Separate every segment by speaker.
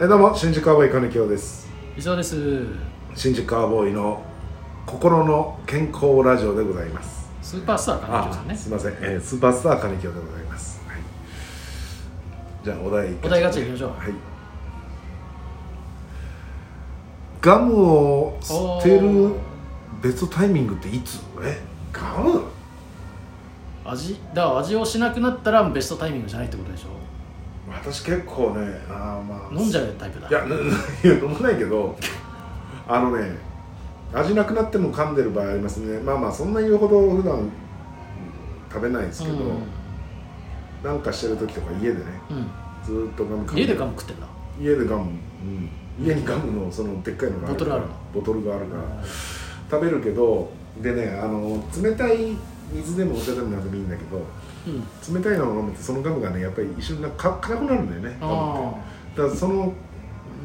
Speaker 1: えどうも新宿アボーイ金城です
Speaker 2: 以上です
Speaker 1: 新宿アボーイの心の健康ラジオでございます
Speaker 2: スーパースター金城さんね
Speaker 1: すいません、えースーパースター金城でございます、はい、じゃあお題
Speaker 2: お題ガチャいきましょう
Speaker 1: はいガムを捨てるベストタイミングっていつえガム
Speaker 2: 味だから味をしなくなったらベストタイミングじゃないってことでしょ
Speaker 1: 私結構ねあーまあ
Speaker 2: 飲んじゃうタイプ だ
Speaker 1: いや、ぬいや飲まないけど、あのね、味なくなっても噛んでる場合ありますね。まあまあそんな言うほど普段うん食べないですけど、なんかしてる時とか家でね、
Speaker 2: うん、うん
Speaker 1: ずーっとガム噛ん
Speaker 2: 家でガム食ってんだ
Speaker 1: 家でガム、うん、家にガムのそのでっかいのが
Speaker 2: ボトルあるの
Speaker 1: ボトルがあるから食べるけど、でねあの冷たい水でもお茶でもなんでもいいんだけど、
Speaker 2: うん
Speaker 1: 冷たいのを飲むとそのガムがねやっぱり一瞬なんかか硬くなるんだよね。ガムって
Speaker 2: あ
Speaker 1: だからその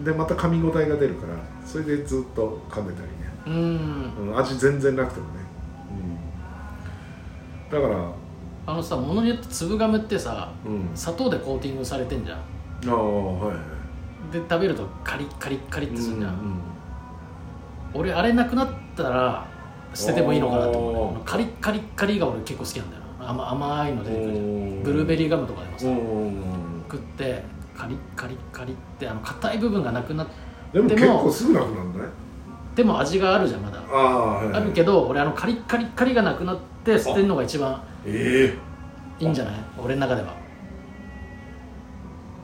Speaker 1: でまた噛み応えが出るからそれでずっと噛めたりね、
Speaker 2: あうん
Speaker 1: うん、味全然なくてもね、うん、だから
Speaker 2: あのさものによって粒ガムってさ
Speaker 1: うん
Speaker 2: 砂糖でコーティングされてんじゃん
Speaker 1: ああはいはい
Speaker 2: で食べるとカリッカリッカリってするじゃん、
Speaker 1: うん
Speaker 2: 俺あれなくなったら捨ててもいいのかなと思う、ね
Speaker 1: おー、
Speaker 2: カリッカリッカリが俺結構好きなんだよな甘甘いの出てくるじゃ
Speaker 1: おー
Speaker 2: んブルーベリーガムとかでもさ、
Speaker 1: うんうん
Speaker 2: 食ってカリッカリッカリってあの硬い部分がなくなっ
Speaker 1: でも
Speaker 2: でも
Speaker 1: 結構すぐなくなるんだね
Speaker 2: ても味があるじゃんまだ
Speaker 1: ああはいはい
Speaker 2: あるけど俺あのカリッカリッカリがなくなって捨てるのが一番
Speaker 1: え
Speaker 2: いいんじゃない俺の中では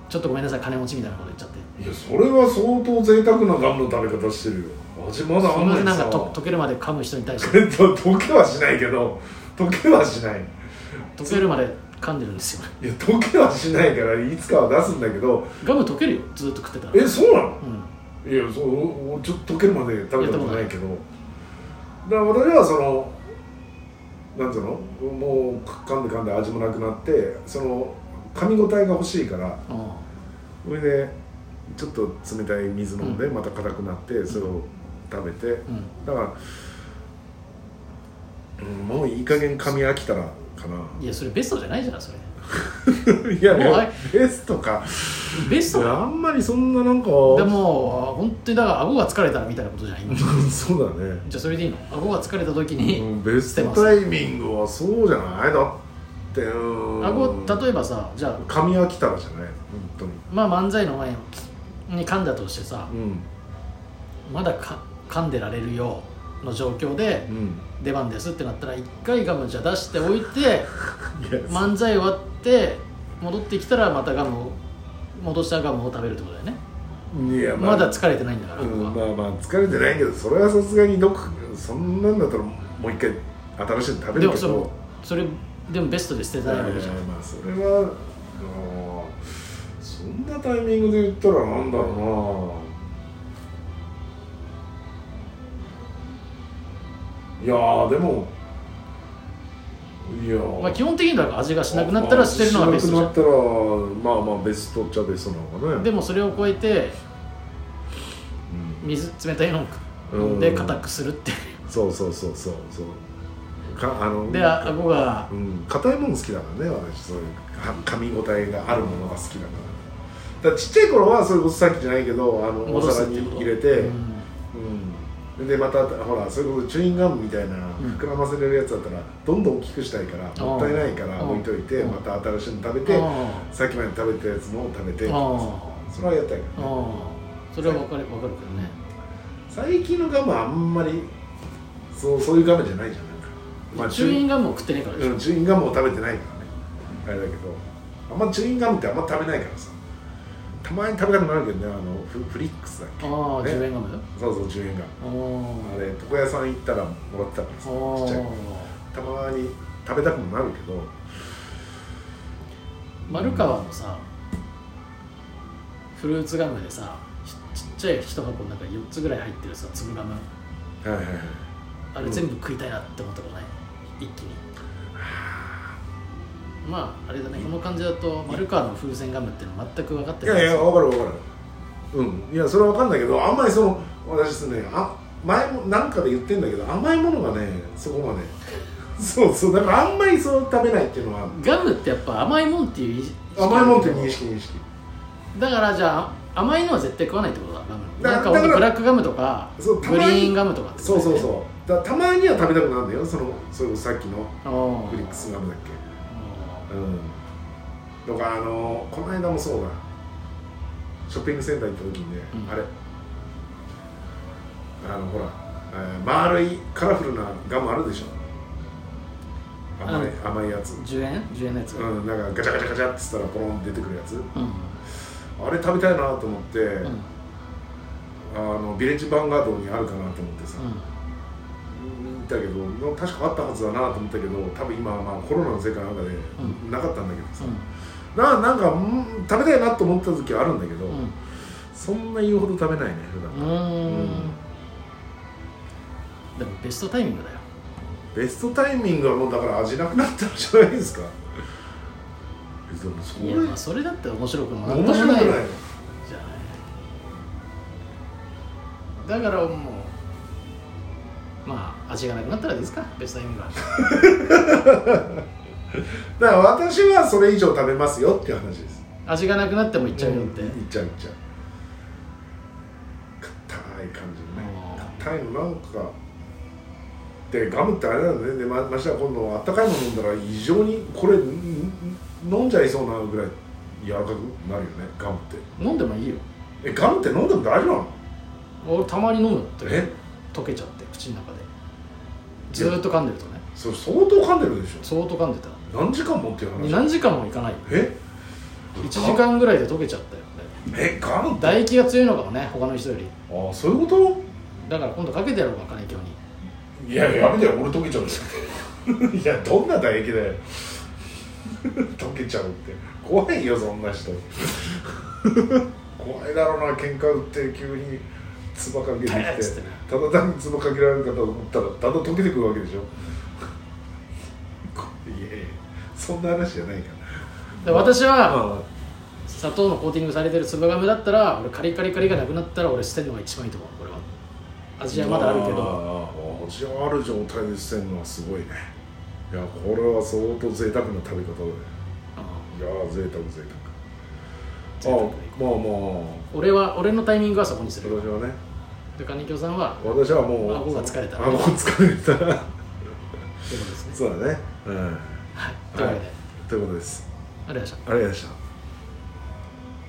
Speaker 2: ちょっとごめんなさい金持ちみたいなこと言っちゃって
Speaker 1: えいやそれは相当贅沢なガムの食べ方してるよ味まだ
Speaker 2: そ
Speaker 1: あ
Speaker 2: ん
Speaker 1: んの
Speaker 2: な
Speaker 1: に
Speaker 2: なん
Speaker 1: さ
Speaker 2: かと溶けるまで噛む人に対して
Speaker 1: 溶けはしないけど溶けはしない
Speaker 2: 溶けるまで噛んでるんですよ
Speaker 1: いや溶けはしないからいつかは出すんだけど
Speaker 2: ガム溶けるよずっと食ってたら
Speaker 1: えそうなの
Speaker 2: うん
Speaker 1: いやそうおおちょっと溶けるまで食べたことないけどだから私はそのなんつうのもう噛んで噛んで味もなくなってその噛み応えが欲しいから
Speaker 2: う
Speaker 1: そ
Speaker 2: ん
Speaker 1: れでちょっと冷たい水飲んでまた硬くなってそれを食べて
Speaker 2: うん
Speaker 1: だから、うん、もういい加減噛み飽きたらかな
Speaker 2: いやそれベストじゃないじゃんそれ
Speaker 1: いや
Speaker 2: もうあれ
Speaker 1: ベスとか
Speaker 2: ベス
Speaker 1: い
Speaker 2: トだ
Speaker 1: やあんまりそんななんか
Speaker 2: でも本当にだから顎が疲れたらみたいなことじゃない
Speaker 1: そうだね
Speaker 2: じゃあそれでいいの顎が疲れた時に、
Speaker 1: うんベストタイミングはそうじゃないだってうん
Speaker 2: 顎例えばさじゃあ
Speaker 1: 噛み飽きたらじゃない本当に
Speaker 2: まあ漫才の前に噛んだとしてさ
Speaker 1: うん
Speaker 2: まだか噛んでられるようの状況で
Speaker 1: うん
Speaker 2: 出番ですってなったら一回ガムじゃ出しておいて
Speaker 1: いや
Speaker 2: 漫才終わって戻ってきたらまたガムを戻したガムを食べるってことだよね
Speaker 1: いや
Speaker 2: まだ
Speaker 1: 疲
Speaker 2: 疲れてないんだから、
Speaker 1: れ、うん、まあ
Speaker 2: 僕は
Speaker 1: まあ疲れてないけどそれはさすがにどっかそんなんだったらもう一回新しいの食べ
Speaker 2: で
Speaker 1: る
Speaker 2: も
Speaker 1: け
Speaker 2: それ
Speaker 1: ど
Speaker 2: それでもベストで捨て
Speaker 1: い
Speaker 2: た
Speaker 1: やい
Speaker 2: い
Speaker 1: や
Speaker 2: わ
Speaker 1: い
Speaker 2: け
Speaker 1: や
Speaker 2: じゃん
Speaker 1: まあそれはあーそんなタイミングで言ったらなんだろうないやーでもいやー
Speaker 2: まあ、基本的にだから味がしなくなったら捨てるのがベストじ
Speaker 1: し
Speaker 2: ゃ
Speaker 1: なくなったらまあまあベストっちゃベストなのかね
Speaker 2: んでもそれを超えて
Speaker 1: うん
Speaker 2: 水冷たいのを飲んで硬くするってい
Speaker 1: そうそうそうそうそうかあの
Speaker 2: うであ顎が
Speaker 1: うん硬いもの好きだからね私そういうか噛み応えがあるものが好きだからだからちっちゃい頃はそれこそさっきじゃないけどあのお
Speaker 2: 戻す
Speaker 1: 皿
Speaker 2: っ
Speaker 1: に
Speaker 2: ていうこと
Speaker 1: 入れて、
Speaker 2: う
Speaker 1: うん
Speaker 2: ん
Speaker 1: でまたほらそれこそチューインガムみたいな膨らませれるやつだったらどんどん大きくしたいから
Speaker 2: うん
Speaker 1: もったいないから
Speaker 2: うん
Speaker 1: 置いといて
Speaker 2: うん
Speaker 1: また新しいの食べて
Speaker 2: あ
Speaker 1: さっきまで食べたやつも食べて
Speaker 2: ああ
Speaker 1: それはやったいからね
Speaker 2: ああそれは分かる分かるけどね
Speaker 1: 最近のガムはあんまりそうそういうガムじゃないじゃんなんか、まあ、
Speaker 2: チューインガムを食ってねえからでし
Speaker 1: う
Speaker 2: ょ
Speaker 1: んチューインガムを食べてないからねあれだけどあんまチューインガムってあんま食べないからさたまに食べたくなるけどねあのフフリックスだっけ
Speaker 2: ああ
Speaker 1: ね
Speaker 2: チューインガムだよ
Speaker 1: そうそうチューインガム
Speaker 2: あ
Speaker 1: あれ床屋さん行ったらもらってたからさちっちゃい頃
Speaker 2: あ
Speaker 1: たまに食べたくもなるけど
Speaker 2: 丸川のさフルーツガムでさちちっちゃい一箱の中に4つぐらい入ってるさ粒ガム
Speaker 1: はいはいはい
Speaker 2: あれ全部食いたいなって思ったことない一気にまああれだねこの感じだと丸川の風船ガムっていうの全く分かって
Speaker 1: い
Speaker 2: ない
Speaker 1: やいや分かる分かるうんいやそれは分かんないけどあんまりその私ねあ前もなんかで言ってんだけど甘いものがねそこまでそうそうだからあんまりそう食べないっていうのは
Speaker 2: ガムってやっぱ甘いもんっていう意識
Speaker 1: 甘いもんって認識認識
Speaker 2: だからじゃあ甘いのは絶対食わないってことだガム
Speaker 1: だ
Speaker 2: なんか
Speaker 1: だ
Speaker 2: ほん
Speaker 1: から
Speaker 2: とブラックガムとか
Speaker 1: そうた
Speaker 2: グリ
Speaker 1: ま
Speaker 2: ーン
Speaker 1: に
Speaker 2: ガムとかってこと
Speaker 1: そう
Speaker 2: だよ
Speaker 1: そう
Speaker 2: ね
Speaker 1: そうだたまには食べたくなるんだよそのそれこそさっきの
Speaker 2: ああ
Speaker 1: フリックスガムだっけうんとかあのこの間もそうだショッピングセンター行った時にね、
Speaker 2: うん
Speaker 1: あれあのほら、えー丸いカラフルなガムあるでしょ甘い甘いやつ
Speaker 2: 10円10円のやつが
Speaker 1: うん、なんかガチャガチャガチャってしたらポロンって出てくるやつ
Speaker 2: うん
Speaker 1: あれ食べたいなと思って、
Speaker 2: うんうん
Speaker 1: あのビレッジヴァンガードにあるかなと思ってさ、行ったけど確かあったはずだなと思ったけど多分今、まあ、コロナの世界の中で
Speaker 2: う
Speaker 1: なかったんだけどさ、ななんか、うん食べたいなと思った時はあるんだけど、
Speaker 2: うん
Speaker 1: そんな言うほど食べないね普段、
Speaker 2: うんうんでもベストタイミングだよ
Speaker 1: ベストタイミングはもうだから味なくなったんじゃないですかえでもそ
Speaker 2: い
Speaker 1: れ
Speaker 2: やまあそれだって面白くもなんと
Speaker 1: 面
Speaker 2: も
Speaker 1: 白く
Speaker 2: な
Speaker 1: ないい
Speaker 2: じゃ
Speaker 1: の
Speaker 2: ないだからもうまあ味がなくなったらですかベストタイミングは
Speaker 1: だから私はそれ以上食べますよっていう話です
Speaker 2: 味がなくなってもいっちゃうよって、
Speaker 1: いっちゃういっちゃう硬い感じのね
Speaker 2: あー
Speaker 1: 硬いのなんかでガムってあれなんだねでまましては今度あったかいの飲んだら異常にこれんん飲んじゃいそうなぐらい柔らかくなるよねガムって
Speaker 2: 飲んでもいいよ
Speaker 1: えガムって飲んでも大丈夫なの
Speaker 2: 俺たまに飲むって
Speaker 1: え
Speaker 2: 溶けちゃって口の中でずーっと噛んでるとね
Speaker 1: それ相当噛んでるでし
Speaker 2: 相当噛んでた
Speaker 1: ょ何時間もっていう話
Speaker 2: 何時間もいかないよ
Speaker 1: え
Speaker 2: 1時間ぐらいで溶けちゃったよね
Speaker 1: えガムって
Speaker 2: 唾液が強いのかもね他の人より
Speaker 1: ああそういうこ
Speaker 2: だから今度かけてやろうか金井教に
Speaker 1: といややめてよ俺溶けちゃうよ いやどんな唾液だよ溶けちゃうって怖いよそんな人怖いだろうな喧嘩売って急に唾かけてきて
Speaker 2: ペーッつってね
Speaker 1: ただ単に唾かけられるかと思ったらただ溶けてくるわけでしょいやいやそんな話じゃないか
Speaker 2: で私
Speaker 1: ら
Speaker 2: は砂糖のコーティングされてる粒ガムだったら俺カリカリカリがなくなったら俺捨てるのが一番いいと思うこれは味はまだあるけど
Speaker 1: ど味はある状態で捨てるのはすごいねいやこれは相当贅沢な食べ方だねいやー贅沢贅沢
Speaker 2: 贅
Speaker 1: あまあまあ
Speaker 2: 俺は俺のタイミングはそこにす
Speaker 1: 私
Speaker 2: る
Speaker 1: はね
Speaker 2: で金井教さんは
Speaker 1: 私はもう
Speaker 2: 顎が疲れた
Speaker 1: 顎疲れた
Speaker 2: ということですね
Speaker 1: そうだねうん
Speaker 2: はいというわけで、
Speaker 1: ということです
Speaker 2: ありがとうございました
Speaker 1: ありがとうございました